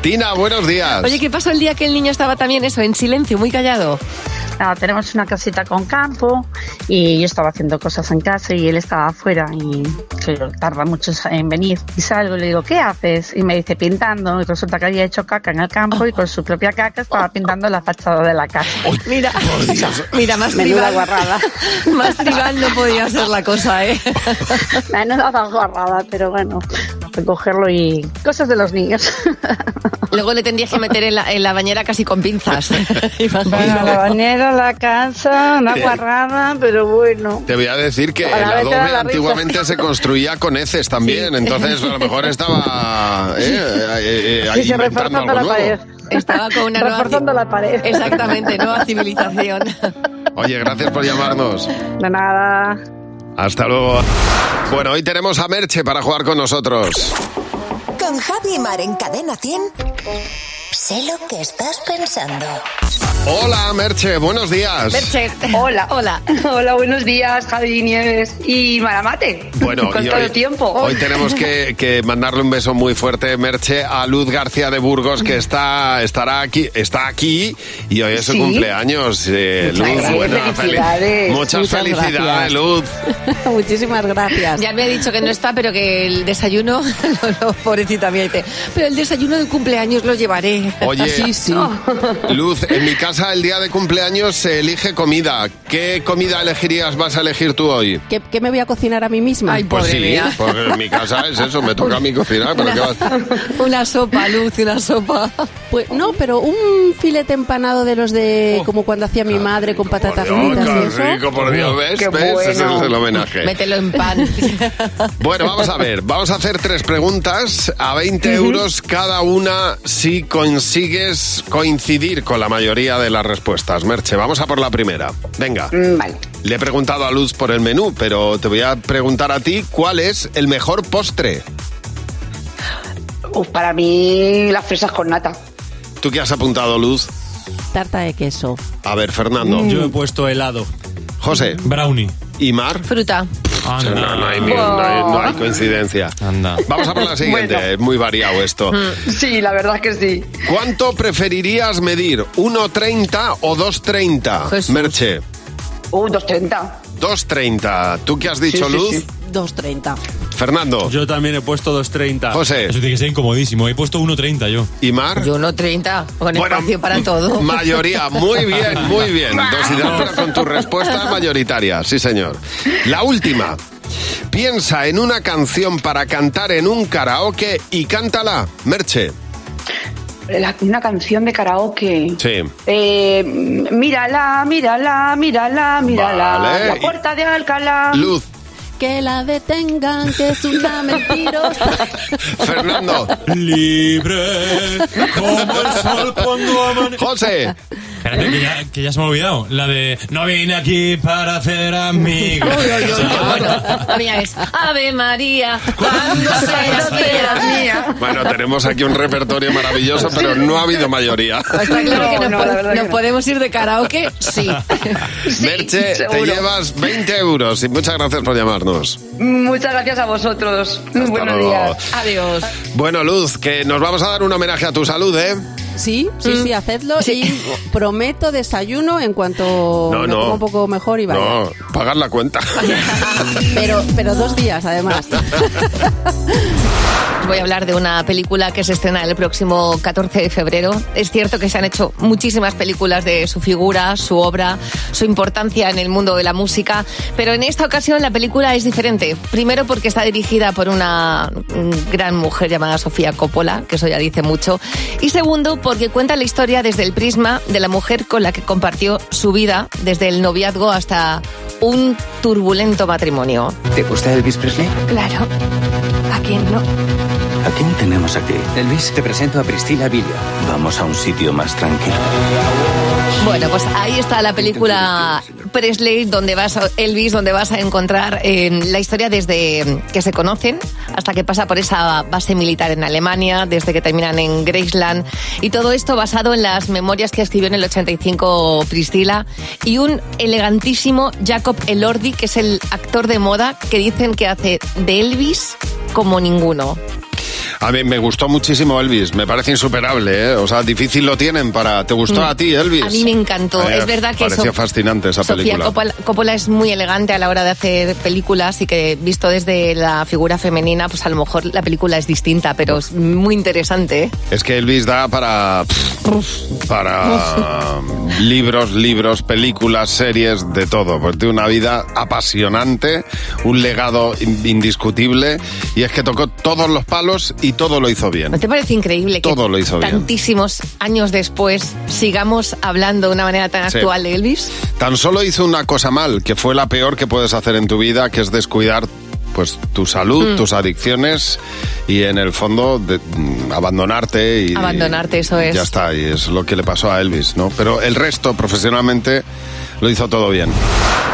Speaker 3: Tina, buenos días.
Speaker 4: Oye, ¿qué pasó el día que el niño estaba también eso, en silencio, muy callado?
Speaker 1: Nada, Ah, tenemos una casita con campo y yo estaba haciendo cosas en casa y él estaba afuera y claro, tarda mucho en venir. Y salgo y le digo, ¿qué haces? Y me dice, pintando. Y resulta que había hecho caca en el campo y con su propia caca estaba pintando la fachada de la casa.
Speaker 4: Mira, mira más
Speaker 1: Menuda
Speaker 4: tribal.
Speaker 1: guarrada.
Speaker 4: Más tribal no podía ser la cosa, ¿eh?
Speaker 1: Menuda guarrada, pero bueno, recogerlo y cosas de los niños.
Speaker 4: Luego le tendrías que meter en la, en la bañera casi con pinzas.
Speaker 1: Bueno, la bañera, la casa, una
Speaker 3: Sí.
Speaker 1: guarrada, pero bueno.
Speaker 3: Te voy a decir que el
Speaker 1: Ahora vete a
Speaker 3: adobe
Speaker 1: la
Speaker 3: antiguamente
Speaker 1: risa.
Speaker 3: se construía con heces también, entonces a lo mejor estaba eh, eh, eh, ahí
Speaker 1: Y se reforzando
Speaker 3: inventando algo
Speaker 1: la
Speaker 3: nuevo.
Speaker 1: pared.
Speaker 4: Estaba con una nueva-
Speaker 1: Reforzando la pared.
Speaker 4: Exactamente, nueva civilización.
Speaker 3: Oye, gracias por llamarnos.
Speaker 1: De nada.
Speaker 3: Hasta luego. Bueno, hoy tenemos a Merche para jugar con nosotros.
Speaker 10: Con Javi Mar en Cadena 100. Sé lo que estás pensando.
Speaker 3: Hola, Merche, buenos días.
Speaker 10: Hola.
Speaker 4: Hola.
Speaker 10: Hola, buenos días, Javi Nieves y Maramate.
Speaker 3: Bueno,
Speaker 10: con
Speaker 3: y
Speaker 10: todo
Speaker 3: hoy,
Speaker 10: el tiempo.
Speaker 3: hoy tenemos que, que mandarle un beso muy fuerte, Merche, a Luz García de Burgos, que está, estará aquí, está aquí y hoy es su
Speaker 10: Sí.
Speaker 3: cumpleaños. Eh,
Speaker 10: Muchas
Speaker 3: Luz,
Speaker 10: gracias.
Speaker 3: buena, feliz-
Speaker 10: Felicidades.
Speaker 3: muchas,
Speaker 10: Muchas
Speaker 3: felicidades,
Speaker 10: gracias.
Speaker 3: Luz.
Speaker 10: Muchísimas gracias.
Speaker 4: Ya me ha dicho que no está, pero que el desayuno, no, no, pobrecita mía, dice, pero el desayuno de cumpleaños lo llevaré.
Speaker 10: Ah,
Speaker 3: Oye. Sí, sí.
Speaker 25: Oh,
Speaker 3: Luz, en mi casa el día de cumpleaños se elige comida. ¿Qué comida elegirías, vas a elegir tú hoy?
Speaker 25: ¿Qué, qué me voy a cocinar a mí misma?
Speaker 3: pues sí, porque en mi casa es eso, me toca a mí cocinar, pero ¿qué vas?
Speaker 4: Una sopa, Luz, una sopa.
Speaker 25: Pues no, pero un filete empanado de los de
Speaker 4: Oh.
Speaker 25: como cuando hacía mi madre con patatas
Speaker 3: Oh,
Speaker 25: fritas.
Speaker 3: qué
Speaker 25: y eso.
Speaker 3: rico, por Dios, ¿ves?
Speaker 25: Qué
Speaker 3: ¿Ves? Ese es
Speaker 25: bueno.
Speaker 3: el homenaje.
Speaker 4: Mételo en pan.
Speaker 3: Bueno, vamos a ver, vamos a hacer tres preguntas a 20 euros cada una si consigues coincidir con la mayoría de las respuestas. Merche, vamos a por la primera. Venga.
Speaker 10: Vale.
Speaker 3: Le he preguntado a Luz por el menú, pero te voy a preguntar a ti cuál es el mejor postre.
Speaker 1: Pues para mí las fresas con nata.
Speaker 3: ¿Tú qué has apuntado, Luz?
Speaker 9: Tarta de queso.
Speaker 3: A ver, Fernando.
Speaker 8: Yo he
Speaker 3: puesto helado. José.
Speaker 8: Brownie.
Speaker 3: ¿Y Mar?
Speaker 4: Fruta.
Speaker 3: O sea, no, no hay, no hay- no hay coincidencia. Vamos a por la siguiente.
Speaker 1: Bueno.
Speaker 3: Es muy variado esto.
Speaker 4: Mm.
Speaker 1: Sí, la verdad es que sí.
Speaker 3: ¿Cuánto preferirías medir? ¿1,30 o 2,30?
Speaker 1: Jesús.
Speaker 3: Merche.
Speaker 1: Uh, 230.
Speaker 3: 2,30. ¿Tú qué has dicho, Luz?
Speaker 9: 2.30.
Speaker 3: Fernando.
Speaker 8: Yo también he puesto 2.30.
Speaker 3: José.
Speaker 8: Eso tiene que ser incomodísimo. He puesto 1.30 yo.
Speaker 3: ¿Y Mar?
Speaker 4: Yo no 30, con espacio para todo.
Speaker 3: Mayoría, muy bien, muy bien. Dos y dos, pero con tu respuesta mayoritaria, sí señor. La última. Piensa en una canción para cantar en un karaoke y cántala, Merche.
Speaker 1: La- una canción de karaoke.
Speaker 3: Sí.
Speaker 1: Eh, mírala, mírala, mírala, mírala.
Speaker 3: Vale.
Speaker 1: La puerta de Alcalá.
Speaker 3: Luz,
Speaker 9: Que la detengan, que es una mentirosa.
Speaker 3: Fernando.
Speaker 8: Libre como el sol cuando amanece.
Speaker 3: José.
Speaker 8: Espérate, que ya, que ya se me ha olvidado. La de no vine aquí para hacer amigos.
Speaker 24: Mía es Ave María, cuando
Speaker 19: se
Speaker 24: seas
Speaker 19: nos
Speaker 24: mía,
Speaker 19: vea
Speaker 1: mía.
Speaker 3: Bueno, tenemos aquí un repertorio maravilloso, pero no ha habido mayoría.
Speaker 4: Está claro que nos,
Speaker 1: no,
Speaker 4: po-
Speaker 1: la verdad
Speaker 4: nos podemos ir de karaoke, sí.
Speaker 3: Merche, te
Speaker 1: seguro.
Speaker 3: llevas 20 euros y muchas gracias por llamarnos.
Speaker 1: Muchas gracias a vosotros. Buenos
Speaker 3: luego.
Speaker 1: días.
Speaker 4: Adiós.
Speaker 3: Bueno, Luz, que nos vamos a dar un homenaje a tu salud, ¿eh?
Speaker 9: Sí, sí,
Speaker 1: Mm.
Speaker 9: sí, hacedlo y prometo desayuno en cuanto
Speaker 3: No,
Speaker 9: me
Speaker 3: no.
Speaker 9: coma un poco mejor y vaya.
Speaker 3: No, pagar la cuenta.
Speaker 9: Pero, pero dos días además.
Speaker 4: Voy a hablar de una película que se estrena el próximo 14 de febrero. Es cierto que se han hecho muchísimas películas de su figura, su obra, su importancia en el mundo de la música, pero en esta ocasión la película es diferente. Primero porque está dirigida por una mm, gran mujer llamada Sofía Coppola, que eso ya dice mucho, y segundo porque cuenta la historia desde el prisma de la mujer con la que compartió su vida, desde el noviazgo hasta un turbulento matrimonio.
Speaker 10: ¿Te gusta Elvis Presley?
Speaker 4: Claro. ¿A quién no?
Speaker 10: ¿A quién tenemos aquí? Elvis, te presento a Priscila Villa. Vamos a un sitio más tranquilo.
Speaker 4: Bueno, pues ahí está la película Presley, donde vas a, Elvis, donde vas a encontrar eh, la historia desde que se conocen hasta que pasa por esa base militar en Alemania, desde que terminan en Graceland. Y todo esto basado en las memorias que escribió en el 85 Priscila y un elegantísimo Jacob Elordi, que es el actor de moda que dicen que hace de Elvis como ninguno.
Speaker 3: A mí me gustó muchísimo Elvis, me parece insuperable, ¿eh? O sea, difícil lo tienen para... ¿Te gustó
Speaker 4: Mm.
Speaker 3: a ti, Elvis?
Speaker 4: A mí me encantó.
Speaker 3: Eh,
Speaker 4: es verdad que
Speaker 3: Parecía
Speaker 4: eso
Speaker 3: fascinante esa
Speaker 4: Sofía
Speaker 3: película.
Speaker 4: Coppola, Coppola es muy elegante a la hora de hacer películas y que visto desde la figura femenina, pues a lo mejor la película es distinta, pero es muy interesante. ¿eh?
Speaker 3: Es que Elvis da para... para libros, libros, películas, series, de todo. Pues tiene una vida apasionante, un legado in- indiscutible y es que tocó todos los palos y todo lo hizo bien.
Speaker 4: ¿No te parece increíble
Speaker 3: Todo
Speaker 4: que
Speaker 3: lo hizo bien.
Speaker 4: tantísimos años después sigamos hablando de una manera tan
Speaker 3: Sí.
Speaker 4: actual de Elvis?
Speaker 3: Tan solo hizo una cosa mal, que fue la peor que puedes hacer en tu vida, que es descuidar pues tu salud,
Speaker 4: Mm.
Speaker 3: tus adicciones y en el fondo de- mm, abandonarte y
Speaker 4: Abandonarte, eso es.
Speaker 11: Pues-
Speaker 3: ya está, y es lo que le pasó a Elvis, ¿no? Pero el resto profesionalmente lo hizo todo bien.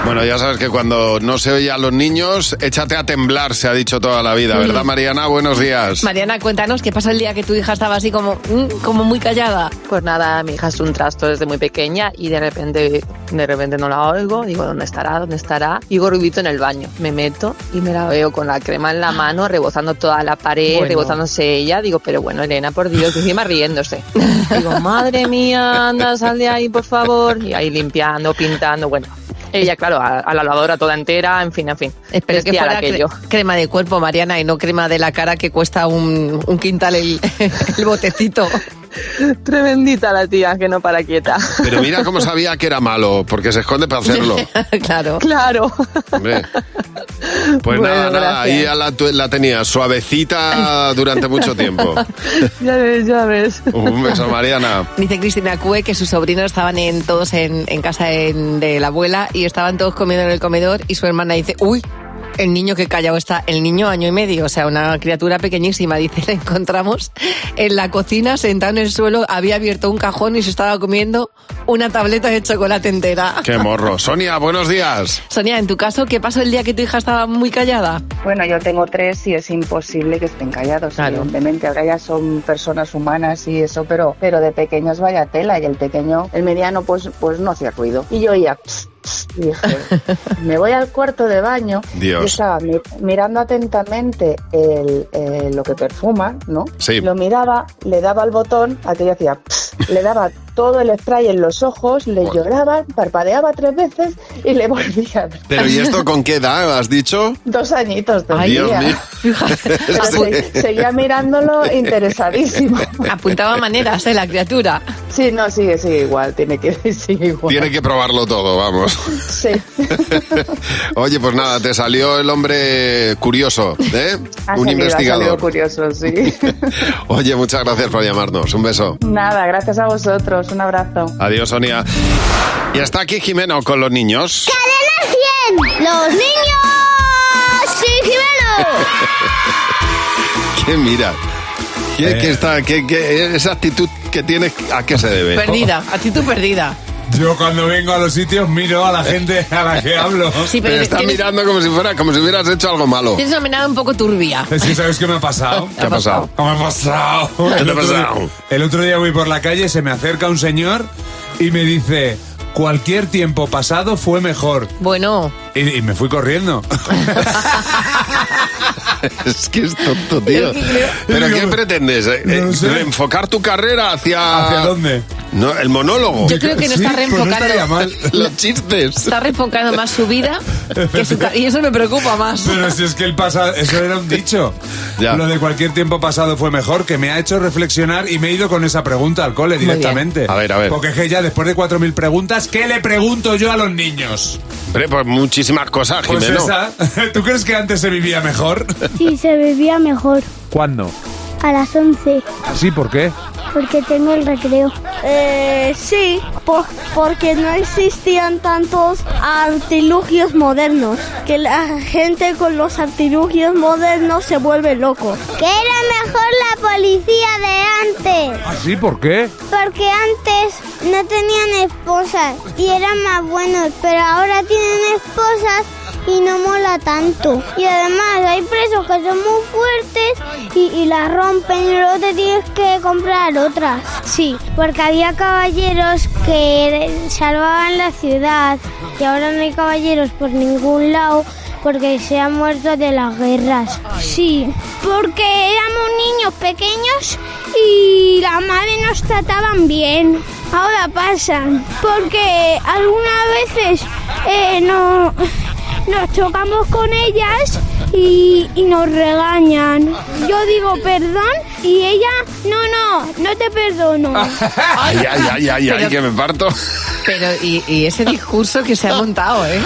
Speaker 3: Bueno, ya sabes que cuando no se oye a los niños, échate a temblar, se ha dicho toda la vida, ¿verdad,
Speaker 4: Mm.
Speaker 3: Mariana? Buenos días.
Speaker 4: Mariana, cuéntanos qué pasó el día que tu hija estaba así como, mm, como muy callada.
Speaker 11: Pues nada, mi hija es un trasto desde muy pequeña y de repente, de repente no la oigo. Digo, ¿dónde estará? ¿Dónde estará? Y gorrubito en el baño. Me meto y me la veo con la crema en la mano, rebozando toda la pared,
Speaker 13: Bueno.
Speaker 11: rebozándose ella. Digo, pero bueno, Elena, por Dios, y encima riéndose. Digo, madre mía, anda, sal de ahí, por favor. Y ahí limpiando, pintando, bueno. Ella, claro, a, a la lavadora toda entera, en fin, en fin.
Speaker 4: Espero que
Speaker 11: Bestial
Speaker 4: fuera cre-
Speaker 11: aquello.
Speaker 4: crema de cuerpo, Mariana, y no crema de la cara que cuesta un, un quintal el, el botecito.
Speaker 11: Tremendita la tía, que no para quieta.
Speaker 3: Pero mira cómo sabía que era malo, porque se esconde para hacerlo.
Speaker 4: claro.
Speaker 11: Claro.
Speaker 3: Hombre. Pues
Speaker 11: Bueno,
Speaker 3: nada, nada, ahí
Speaker 11: gracias.
Speaker 3: a la, tu- la tenía suavecita durante mucho tiempo.
Speaker 11: ya ves, ya ves.
Speaker 3: Un beso, Mariana.
Speaker 4: Dice Cristina Cue que sus sobrinos estaban en, todos en, en casa en- de la abuela y estaban todos comiendo en el comedor y su hermana dice, uy, El niño que callado está, el niño año y medio, o sea, una criatura pequeñísima, dice, la encontramos en la cocina, sentada en el suelo, había abierto un cajón y se estaba comiendo una tableta de chocolate entera.
Speaker 3: Qué morro. Sonia, buenos días.
Speaker 4: Sonia, en tu caso, ¿qué pasó el día que tu hija estaba muy callada?
Speaker 12: Bueno, yo tengo tres y es imposible que estén callados, evidentemente. Ahora ya son personas humanas y eso, pero, pero de pequeños vaya tela. Y el pequeño, el mediano, pues, pues no hacía ruido. Y yo ya... Y dije, me voy al cuarto de baño.
Speaker 3: Dios.
Speaker 12: Yo estaba mi- mirando atentamente el, eh, lo que perfuma, ¿no?
Speaker 3: Sí.
Speaker 12: Lo miraba, le daba al botón, aquello hacía, le daba todo el spray en los ojos, le lloraba, parpadeaba tres veces y le volvía. a dar.
Speaker 3: Pero ¿y esto con qué edad has dicho?
Speaker 12: Dos añitos tenía.
Speaker 3: Dios mío. Este-
Speaker 12: Pero se- seguía mirándolo interesadísimo.
Speaker 4: Apuntaba maneras, ¿eh? La criatura.
Speaker 12: Sí, no, sigue, sigue igual, tiene que sigue igual.
Speaker 3: Tiene que probarlo todo, vamos.
Speaker 12: Sí.
Speaker 3: Oye, pues nada, te salió el hombre curioso, ¿eh?
Speaker 12: Ha
Speaker 3: Un
Speaker 12: salido, ha salido
Speaker 3: investigador.
Speaker 12: curioso, sí.
Speaker 3: Oye, muchas gracias por llamarnos. Un beso.
Speaker 12: Nada, gracias a vosotros. Un abrazo.
Speaker 3: Adiós, Sonia. Y hasta aquí Jimeno con los niños.
Speaker 19: ¡Los niños! ¡Sí,
Speaker 3: ¿Qué mira? ¿Qué,
Speaker 4: Eh.
Speaker 3: qué está, qué- qué- esa actitud que tienes, ¿a qué se debe?
Speaker 4: Perdida, actitud perdida.
Speaker 8: Yo cuando vengo a los sitios miro a la gente a la que hablo.
Speaker 4: Sí, pero
Speaker 3: Pero está
Speaker 4: tienes-
Speaker 3: mirando como si fuera, como si hubieras hecho algo malo.
Speaker 4: Tienes una mirada un poco turbia.
Speaker 8: Es que ¿sabes qué me ha pasado?
Speaker 3: ¿Qué ha pasado?
Speaker 8: ¿Cómo ha pasado?
Speaker 3: ¿Qué te ha
Speaker 8: El otro día-
Speaker 3: pasado?
Speaker 8: el otro día voy por la calle, se me acerca un señor y me dice, cualquier tiempo pasado fue mejor.
Speaker 4: Bueno,
Speaker 8: Y, y me fui corriendo.
Speaker 3: es que es tonto, tío. ¿Pero qué pretendes? eh? Eh, ¿Reenfocar tu carrera hacia...?
Speaker 8: ¿Hacia dónde?
Speaker 3: No, el monólogo.
Speaker 4: Yo creo que no Sí, está pues no reenfocando. estaría mal.
Speaker 3: Los chistes.
Speaker 4: está reenfocando más su vida que su ca- Y eso me preocupa más.
Speaker 8: Pero si es que el pasado, eso era un dicho. Lo de cualquier tiempo pasado fue mejor, que me ha hecho reflexionar y me he ido con esa pregunta al cole
Speaker 3: bien.
Speaker 8: directamente.
Speaker 3: A ver, a ver.
Speaker 8: Porque es que ya después de 4.000 preguntas, ¿qué le pregunto yo a los niños?
Speaker 3: Hombre, pues muchísimas cosas,
Speaker 8: Pues
Speaker 3: Jimeno.
Speaker 8: esa. ¿Tú crees que antes se vivía mejor?
Speaker 13: Sí, se vivía mejor
Speaker 8: ¿Cuándo?
Speaker 13: a las 11
Speaker 8: Sí, ¿por qué?
Speaker 13: porque tengo el recreo. Eh, sí, por- porque no existían tantos artilugios modernos, que la gente con los artilugios modernos se vuelve loco.
Speaker 14: Que era mejor la policía de antes.
Speaker 8: Sí, ¿por qué?
Speaker 14: Porque antes no tenían esposas y eran más buenos, pero ahora tienen esposas y no mola tanto. Y además hay presos que son muy fuertes y, y las rompen y luego te tienes que comprar otras. Sí, porque había caballeros que salvaban la ciudad y ahora no hay caballeros por ningún lado porque se han muerto de las guerras. Sí, porque éramos niños pequeños y la madre nos trataban bien. Ahora pasan, porque algunas veces eh, no, nos chocamos con ellas y, y nos regañan. Yo digo perdón y ella, no, no, no te perdono.
Speaker 3: Ay, ay, ay, ay, ay,
Speaker 4: Pero-
Speaker 3: que me parto.
Speaker 4: Pero, y, y ese discurso que se ha montado, ¿eh?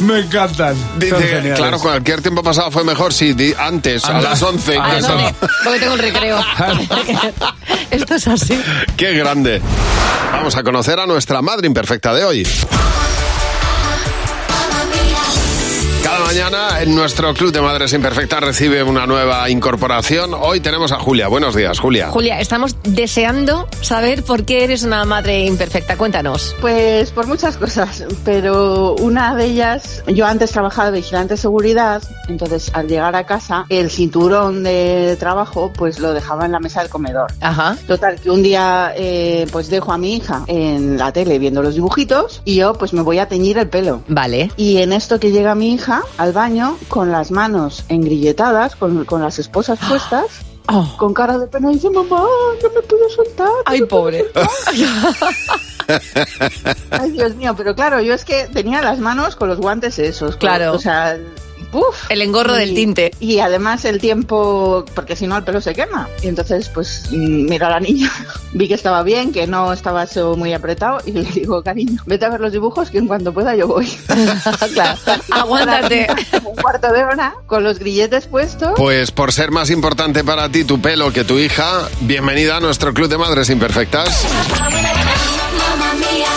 Speaker 8: Me encantan. Son
Speaker 3: Dice,
Speaker 8: geniales.
Speaker 3: claro, cualquier tiempo pasado fue mejor, sí, di- antes, a
Speaker 8: Anda.
Speaker 3: las 11.
Speaker 8: Ah,
Speaker 3: que
Speaker 8: no,
Speaker 3: son-
Speaker 8: no.
Speaker 4: Porque tengo el recreo. Esto es así.
Speaker 3: Qué grande. Vamos a conocer a nuestra madre imperfecta de hoy. Cada mañana en nuestro club de madres imperfectas recibe una nueva incorporación. Hoy tenemos a Julia. Buenos días, Julia.
Speaker 4: Julia, estamos deseando saber por qué eres una madre imperfecta. Cuéntanos.
Speaker 14: Pues por muchas cosas, pero una de ellas, yo antes trabajaba de vigilante de seguridad, entonces al llegar a casa, el cinturón de trabajo pues lo dejaba en la mesa del comedor.
Speaker 4: Ajá.
Speaker 14: Total, que un día eh, pues dejo a mi hija en la tele viendo los dibujitos y yo pues me voy a teñir el pelo.
Speaker 4: Vale.
Speaker 14: Y en esto que llega mi hija al baño con las manos engrilletadas, con, con las esposas puestas. Con cara de pena y dice, mamá, no me puedo soltar. no
Speaker 4: Oh. Ay,
Speaker 14: me puedo
Speaker 4: pobre.
Speaker 14: Ay, Dios mío, pero claro, yo es que tenía las manos con los guantes esos. con-
Speaker 4: Claro.
Speaker 14: o sea, ¡puf!
Speaker 4: El engorro del tinte.
Speaker 14: Y además el tiempo, porque si no el pelo se quema. Y entonces, pues, mm, miro a la niña. Vi que estaba bien, que no estaba eso muy apretado. Y le digo, cariño, vete a ver los dibujos que en cuanto pueda yo voy.
Speaker 4: claro. Aguántate.
Speaker 14: Un cuarto de hora con los grilletes puestos.
Speaker 3: Pues por ser más importante para ti tu pelo que tu hija, bienvenida a nuestro club de madres imperfectas.
Speaker 19: Mamma mia,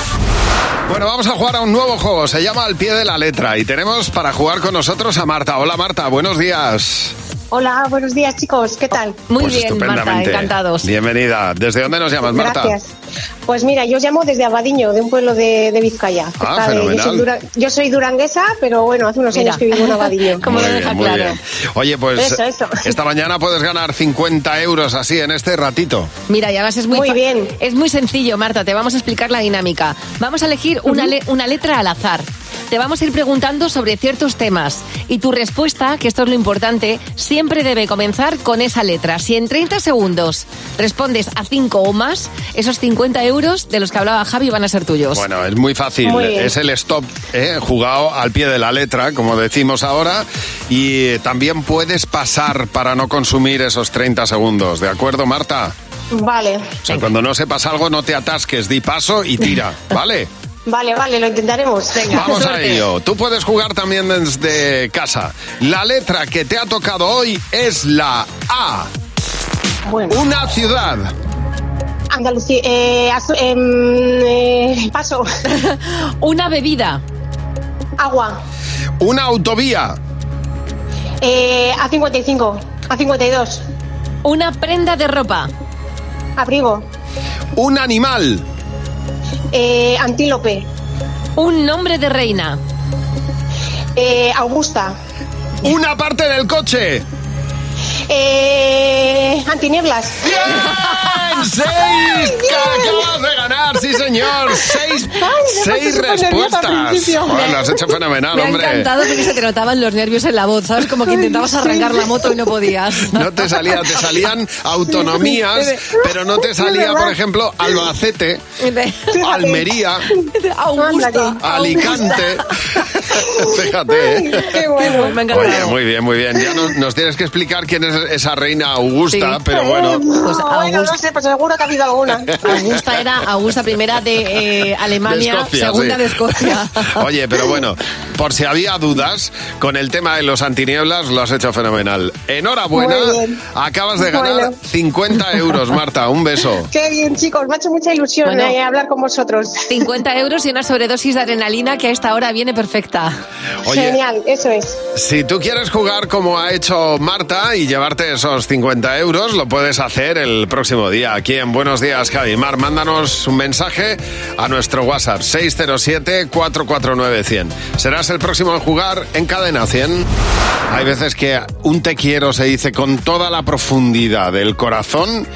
Speaker 3: Bueno, vamos a jugar a un nuevo juego, se llama Al pie de la letra y tenemos para jugar con nosotros a Marta. Hola Marta, buenos días.
Speaker 15: Hola, buenos días chicos, ¿qué tal?
Speaker 4: Muy
Speaker 3: Pues estupendamente. Bienvenida. ¿Desde dónde nos llamas, Marta?
Speaker 15: Gracias. Pues mira, yo os llamo desde Abadiño, de un pueblo de, de Vizcaya. que
Speaker 3: Ah,
Speaker 15: está de- yo, soy
Speaker 3: fenomenal.
Speaker 15: dura- yo soy duranguesa, pero bueno, hace unos
Speaker 4: Mira.
Speaker 15: años que vivo en Abadiño.
Speaker 3: Muy bien, muy bien. Oye, pues
Speaker 15: Eso, eso.
Speaker 3: esta mañana puedes ganar 50 euros así en este ratito.
Speaker 4: Mira, y además es muy, bien. Es muy sencillo, Marta. Te vamos a explicar la dinámica. Vamos a elegir una, le- una letra al azar. Te vamos a ir preguntando sobre ciertos temas. Y tu respuesta, que esto es lo importante, siempre debe comenzar con esa letra. Si en 30 segundos respondes a 5 o más, esos 50 euros de los que hablaba Javi van a ser tuyos.
Speaker 3: Bueno, es muy fácil.
Speaker 4: Pues Muy bien.
Speaker 3: es el stop ¿eh? jugado al pie de la letra, como decimos ahora. Y eh, también puedes pasar para no consumir esos 30 segundos. ¿De acuerdo, Marta?
Speaker 15: Vale,
Speaker 3: O sea, cuando no sepas algo, no te atasques, di paso y tira. ¿Vale?
Speaker 15: vale, vale, lo intentaremos. Venga,
Speaker 3: Vamos a ello. Tú puedes jugar también desde casa. La letra que te ha tocado hoy es la A. Una ciudad.
Speaker 15: Andalucía, eh, asu- em, eh, paso.
Speaker 4: Una bebida.
Speaker 15: Agua.
Speaker 3: Una autovía.
Speaker 15: Eh, A55, A52.
Speaker 4: Una prenda de ropa.
Speaker 15: Abrigo.
Speaker 3: Un animal.
Speaker 15: Eh, antílope.
Speaker 4: Un nombre de reina.
Speaker 15: Eh, Augusta.
Speaker 3: Una parte del coche.
Speaker 15: Eh, antinieblas.
Speaker 3: ¡Bien! ¡Seis! ¡Que acabas de ganar! ¡Sí, señor! ¡Seis, seis respuestas! Joder, lo has hecho fenomenal,
Speaker 4: Me ha
Speaker 3: hombre.
Speaker 4: encantado porque se te notaban los nervios en la voz, ¿sabes? Como que intentabas arrancar la moto y no podías.
Speaker 3: No te salía, te salían autonomías, pero no te salía, por ejemplo, Albacete, Almería,
Speaker 4: Augusta.
Speaker 3: Alicante. Fíjate. ¿eh?
Speaker 15: Qué bueno, me
Speaker 3: Oye, muy bien, muy bien. Ya nos, nos tienes que explicar quién es esa reina Augusta, pero bueno.
Speaker 15: Pues bueno, no sé, pues seguro que ha habido alguna.
Speaker 4: Augusta era Augusta primera de eh, Alemania,
Speaker 3: De Escocia,
Speaker 4: segunda
Speaker 3: sí.
Speaker 4: de Escocia.
Speaker 3: Oye, pero bueno, por si había dudas, con el tema de los antinieblas lo has hecho fenomenal. Enhorabuena,
Speaker 15: Muy bien.
Speaker 3: acabas de ganar
Speaker 15: Bueno.
Speaker 3: 50 euros, Marta. Un beso.
Speaker 15: Qué bien, chicos, me ha hecho mucha ilusión
Speaker 4: Bueno.
Speaker 15: eh, hablar con vosotros.
Speaker 4: 50 euros y una sobredosis de adrenalina que a esta hora viene perfecta.
Speaker 3: Oye.
Speaker 15: Genial, eso es.
Speaker 3: Si tú quieres jugar como ha hecho Marta y llevarte esos 50 euros, lo puedes hacer el próximo día aquí en Buenos Días, Javi Mar. Mándanos un mensaje a nuestro WhatsApp 607-449-100. Serás el próximo en jugar en Cadena 100. Hay veces que un te quiero se dice con toda la profundidad del corazón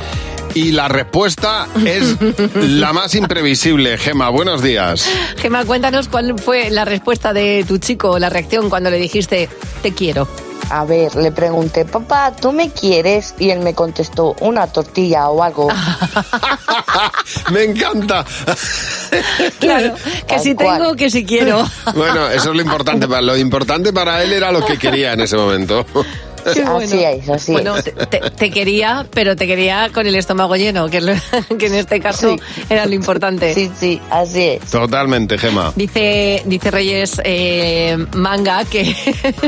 Speaker 3: y la respuesta es la más imprevisible. Gema, buenos días.
Speaker 4: Gemma, cuéntanos cuál fue la respuesta de tu chico, la reacción cuando le dijiste te quiero.
Speaker 26: A ver, le pregunté, papá, ¿tú me quieres? Y él me contestó, una tortilla o algo.
Speaker 3: Me encanta.
Speaker 4: Claro, que si tengo, que si quiero.
Speaker 3: Bueno, eso es lo importante. para- Lo importante para él era lo que quería en ese momento.
Speaker 26: Así es, así
Speaker 4: Bueno,
Speaker 26: es.
Speaker 4: te, te- te quería, pero te quería con el estómago lleno, que, es lo- que en este caso era lo importante.
Speaker 26: Sí, sí, así es.
Speaker 3: Totalmente, Gema.
Speaker 4: Dice, dice Reyes eh, Manga que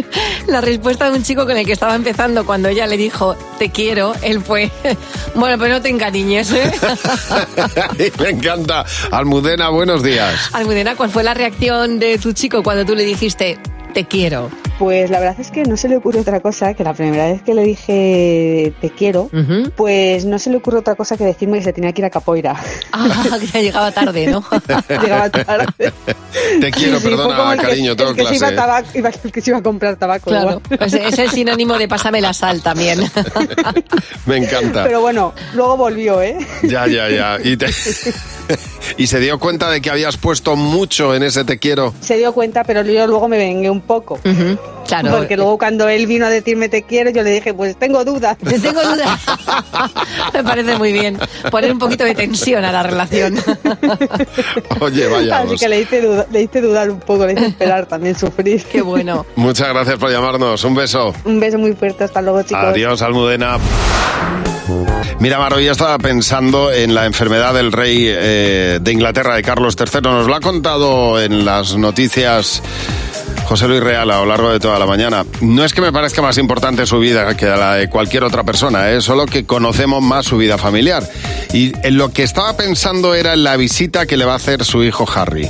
Speaker 4: la respuesta de un chico con el que estaba empezando cuando ella le dijo te quiero, él fue, bueno, pero no te encariñes, ¿eh?".
Speaker 3: Me encanta. Almudena, buenos días.
Speaker 4: Almudena, ¿cuál fue la reacción de tu chico cuando tú le dijiste te quiero?
Speaker 16: Pues la verdad es que no se le ocurre otra cosa que la primera vez que le dije te quiero, pues no se le ocurre otra cosa que decirme que se tenía que ir a Capoeira.
Speaker 4: Ah, que ya llegaba tarde, ¿no?
Speaker 16: Llegaba tarde.
Speaker 3: Te quiero,
Speaker 16: Sí, sí, fue como
Speaker 3: perdona,
Speaker 16: el que-
Speaker 3: cariño,
Speaker 16: el
Speaker 3: tengo
Speaker 16: que se iba a
Speaker 3: clase. ¿eh?
Speaker 16: tabac- iba- el que se iba a comprar tabaco.
Speaker 4: Claro,
Speaker 16: igual.
Speaker 4: pues es el sinónimo de pásame la sal también.
Speaker 3: Me encanta.
Speaker 16: Pero bueno, luego volvió, ¿eh?
Speaker 3: Ya, ya, ya. Y, te- y se dio cuenta de que habías puesto mucho en ese te quiero.
Speaker 16: Se dio cuenta, pero yo luego me vengué un poco.
Speaker 4: Claro.
Speaker 16: Porque luego cuando él vino a decirme te quiero, yo le dije, pues tengo dudas.
Speaker 4: Tengo dudas. Me parece muy bien. Poner un poquito de tensión a la relación.
Speaker 3: Oye,
Speaker 16: Así
Speaker 3: vayamos.
Speaker 16: que le hice, duda- le hice dudar un poco, le hice esperar también sufrir.
Speaker 4: Qué bueno.
Speaker 3: Muchas gracias por llamarnos. Un beso.
Speaker 16: Un beso muy fuerte, hasta luego chicos.
Speaker 3: Adiós, Almudena. Mira, Maro, yo estaba pensando en la enfermedad del rey eh, de Inglaterra, de Carlos III. Nos lo ha contado en las noticias José Luis Real a lo largo de toda la mañana. No es que me parezca eh, más importante su vida que la de cualquier otra persona, es solo que conocemos más su vida familiar. Y en lo que estaba pensando era en la visita que le va a hacer su hijo Harry.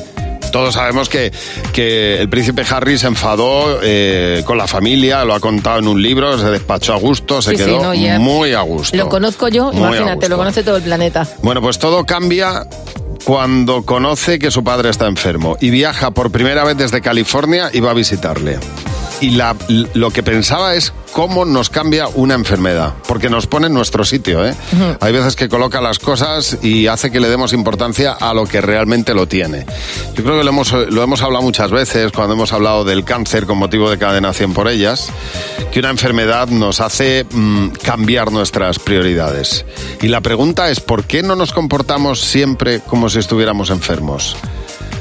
Speaker 3: Todos sabemos que, que el príncipe Harry se enfadó eh, con la familia, lo ha contado en un libro, se despachó a gusto, se
Speaker 4: Sí, sí,
Speaker 3: quedó
Speaker 4: no, ya-
Speaker 3: muy a gusto.
Speaker 4: Lo conozco yo,
Speaker 3: Muy a
Speaker 4: imagínate,
Speaker 3: gusto.
Speaker 4: lo conoce todo el planeta.
Speaker 3: Bueno, pues todo cambia cuando conoce que su padre está enfermo y viaja por primera vez desde California y va a visitarle. Y la- lo que pensaba es cómo nos cambia una enfermedad, porque nos pone en nuestro sitio. ¿eh?
Speaker 17: Ujú.
Speaker 3: Hay veces que coloca las cosas y hace que le demos importancia a lo que realmente lo tiene. Yo creo que lo hemos, lo hemos hablado muchas veces cuando hemos hablado del cáncer con motivo de cadena 100 por ellas, que una enfermedad nos hace mm, cambiar nuestras prioridades. Y la pregunta es, ¿por qué no nos comportamos siempre como si estuviéramos enfermos?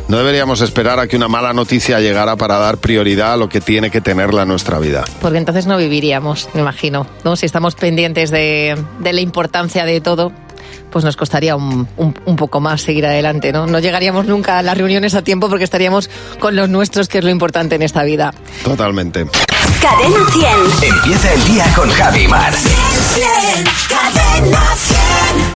Speaker 3: No deberíamos esperar a que una mala noticia llegara para dar prioridad a lo que tiene que tenerla en nuestra vida.
Speaker 4: Porque entonces no viviríamos, me imagino. ¿no? Si estamos pendientes de, de la importancia de todo, pues nos costaría un, un- un poco más seguir adelante, ¿no? No llegaríamos nunca a las reuniones a tiempo porque estaríamos con los nuestros, que es lo importante en esta vida.
Speaker 3: Totalmente.
Speaker 7: Cadena 100.
Speaker 10: Empieza el día con Javi Mar.
Speaker 7: Cadena 100.